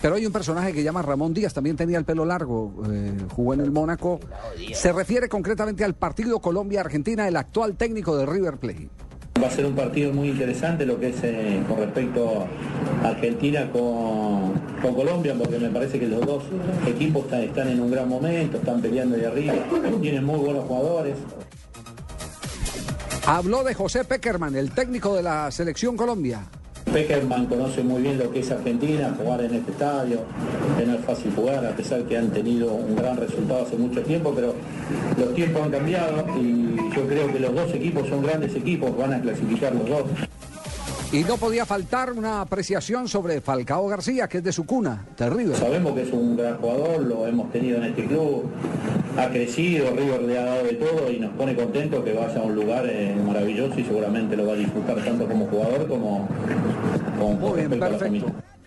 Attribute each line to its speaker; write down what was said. Speaker 1: Pero hay un personaje que llama Ramón Díaz, también tenía el pelo largo, eh, jugó en el Mónaco. Se refiere concretamente al partido Colombia-Argentina, el actual técnico de River Plate.
Speaker 2: Va a ser un partido muy interesante lo que es eh, con respecto a Argentina con, con Colombia, porque me parece que los dos equipos están, están en un gran momento, están peleando de arriba, tienen muy buenos jugadores.
Speaker 1: Habló de José Peckerman, el técnico de la selección Colombia.
Speaker 2: Peckerman conoce muy bien lo que es Argentina, jugar en este estadio, que no es fácil jugar, a pesar que han tenido un gran resultado hace mucho tiempo, pero los tiempos han cambiado y yo creo que los dos equipos son grandes equipos, van a clasificar los dos.
Speaker 1: Y no podía faltar una apreciación sobre Falcao García, que es de su cuna, de River.
Speaker 2: Sabemos que es un gran jugador, lo hemos tenido en este club, ha crecido, River le ha dado de todo y nos pone contentos que vaya a un lugar eh, maravilloso y seguramente lo va a disfrutar tanto como jugador como, como con
Speaker 1: Muy bien,
Speaker 2: respecto a la
Speaker 1: perfecto.
Speaker 2: familia.